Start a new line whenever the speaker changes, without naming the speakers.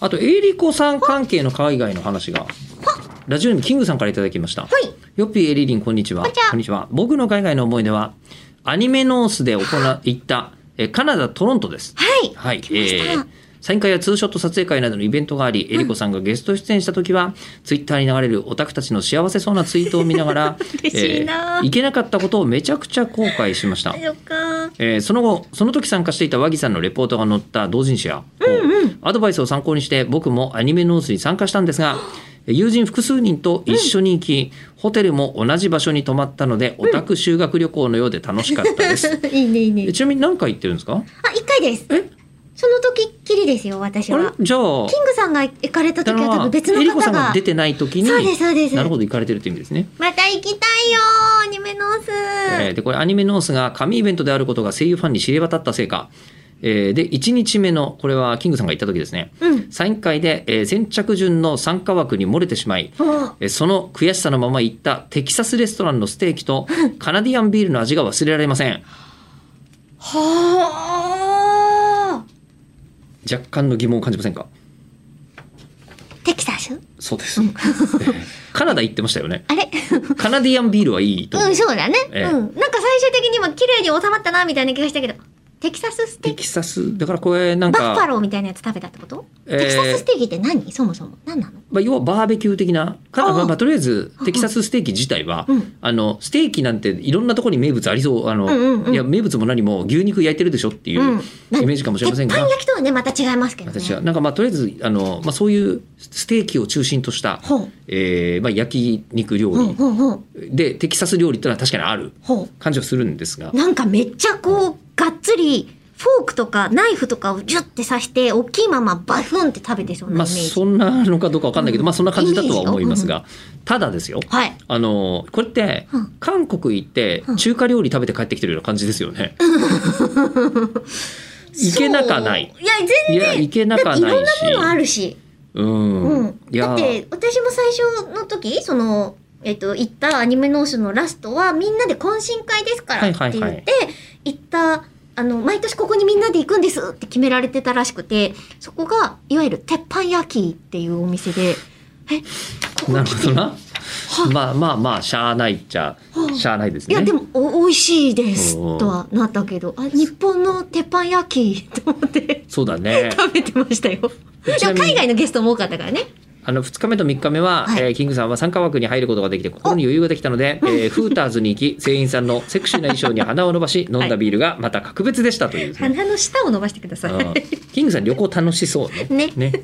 あと、エリコさん関係の海外の話が。ラジオネームキングさんからいただきました。
はい。
よっぴーエリリン、こんにちは。
こんにちは
僕の海外の思い出は、アニメノースで行わ行った、えカナダ・トロントです。
はい。
はい、え
ました、
ーサイン会やツーショット撮影会などのイベントがあり、えりこさんがゲスト出演した時は、ツイッターに流れるオタクたちの幸せそうなツイートを見ながら
嬉しいな
行けなかったことをめちゃくちゃ後悔しました。
そっか。
えーその後、その時参加していた和木さんのレポートが載った同人誌や、アドバイスを参考にして僕もアニメノースに参加したんですが、友人複数人と一緒に行き、ホテルも同じ場所に泊まったので、オタク修学旅行のようで楽しかったです。
いいね、いい
え
ね。
ちなみに何回行ってるんですか
あ、一回です。
え
その時っきりですよ、私
あれ
は。
じゃあ、
キングさんが行かれた
た
時
の
は多
は
分別の
えりこさ
方
んが
が
出。てない時に
そうですそうです
なるほど行かれてるという意味ですね、
また行きたいよー、アニメノース。
えーでこれアニメノースが神イベントであることが声優ファンに知れ渡ったせいか、えーで1日目のこれはキングさんが行った時ですね
うん。
サイン会で、えー先着順の参加枠に漏れてしまい
あ
えーその悔しさのまま行ったテキサスレストランのステーキ とカナディアンビールの味が忘れられません
はあ。
若干の疑問を感じませんか
テキサス
そうです、えー カナダ行ってましたよね
あれう、
カナディアンビールはいいと思うん
そうだね。
ええ
うん。なんか最終的に今綺麗に収まったな、みたいな気がしたけど。テキサスステ
テ
ーキ
キサスだからこれなん
バッファ
か、
ローみたいなやつ食べたってこと、
えー
テキサスステーキって何そもそも。何なの
まあ、要はバーベキュー的なか
あ
な
ー
まあまあとりあえずテキサスステーキ自体は、
うん
あのステーキなんていろんなところに名物ありそうあの、
うんうんうん
いや名物も何も牛肉焼いてるでしょっていう
うん
イメージかもしれませんが、
鉄板焼きとはね、また違いますけどね。
私はなんかまあとりあえずあの、まあ、そういうステーキを中心とした、
ほう。
えーまあ、焼肉料
ほう
理、
ほうほう。
でテキサス料理ってのは確かにある
ほ
感じはするんですが
う。なんかめっちゃこう、がっつり、フォークとかナイフとかをジュッて刺して、大きいままバフンって食べてそうな
ま
イメー
あ
ジ。
そんなのかどうかわかんないけど、まあそんな感じだとは思いますが、ただですよ
はい。
あのこれって
うん
韓国行って
うん
中華料理食べて帰ってきてるような感じですよね。いけなかない。
そう。いや、全
い
然。
やいけなか
だっ
な
ていろん
い
な
し。
ものあるし。
う。
うんん。
い
だ
や
って、私も最初の時、その、えっと、行ったアニメノースのラストは、みんなで懇親会ですから
はい
って
は
言っ
い
て、
はい
行った、あの、毎年ここにみんなで行くんですって決められてたらしくて、そこが、いわゆる鉄板焼きっていうお店で、え、こ
な
こ
る
来
ほど、
て
な。まあまあまあしゃあないっちゃ
はあ
しゃあないです
い
ね。
や、でも、お、美味しいです、とはなったけど、あ、日本の鉄板焼き、と思って
そうだね。
食べてましたよ。
ち
で
な
も
みに
海外のゲストも多かったからね。
あの2日目と3日目は、
はい
えーキングさんは参加枠に入ることができて心に余裕ができたので、えーフーターズに行き船員さんのセクシーな衣装に鼻を伸ばし飲んだビールがまた格別でしたというですね、
鼻の下を伸ばしてください。
うんキングさん旅行楽しそうね。
ね
ね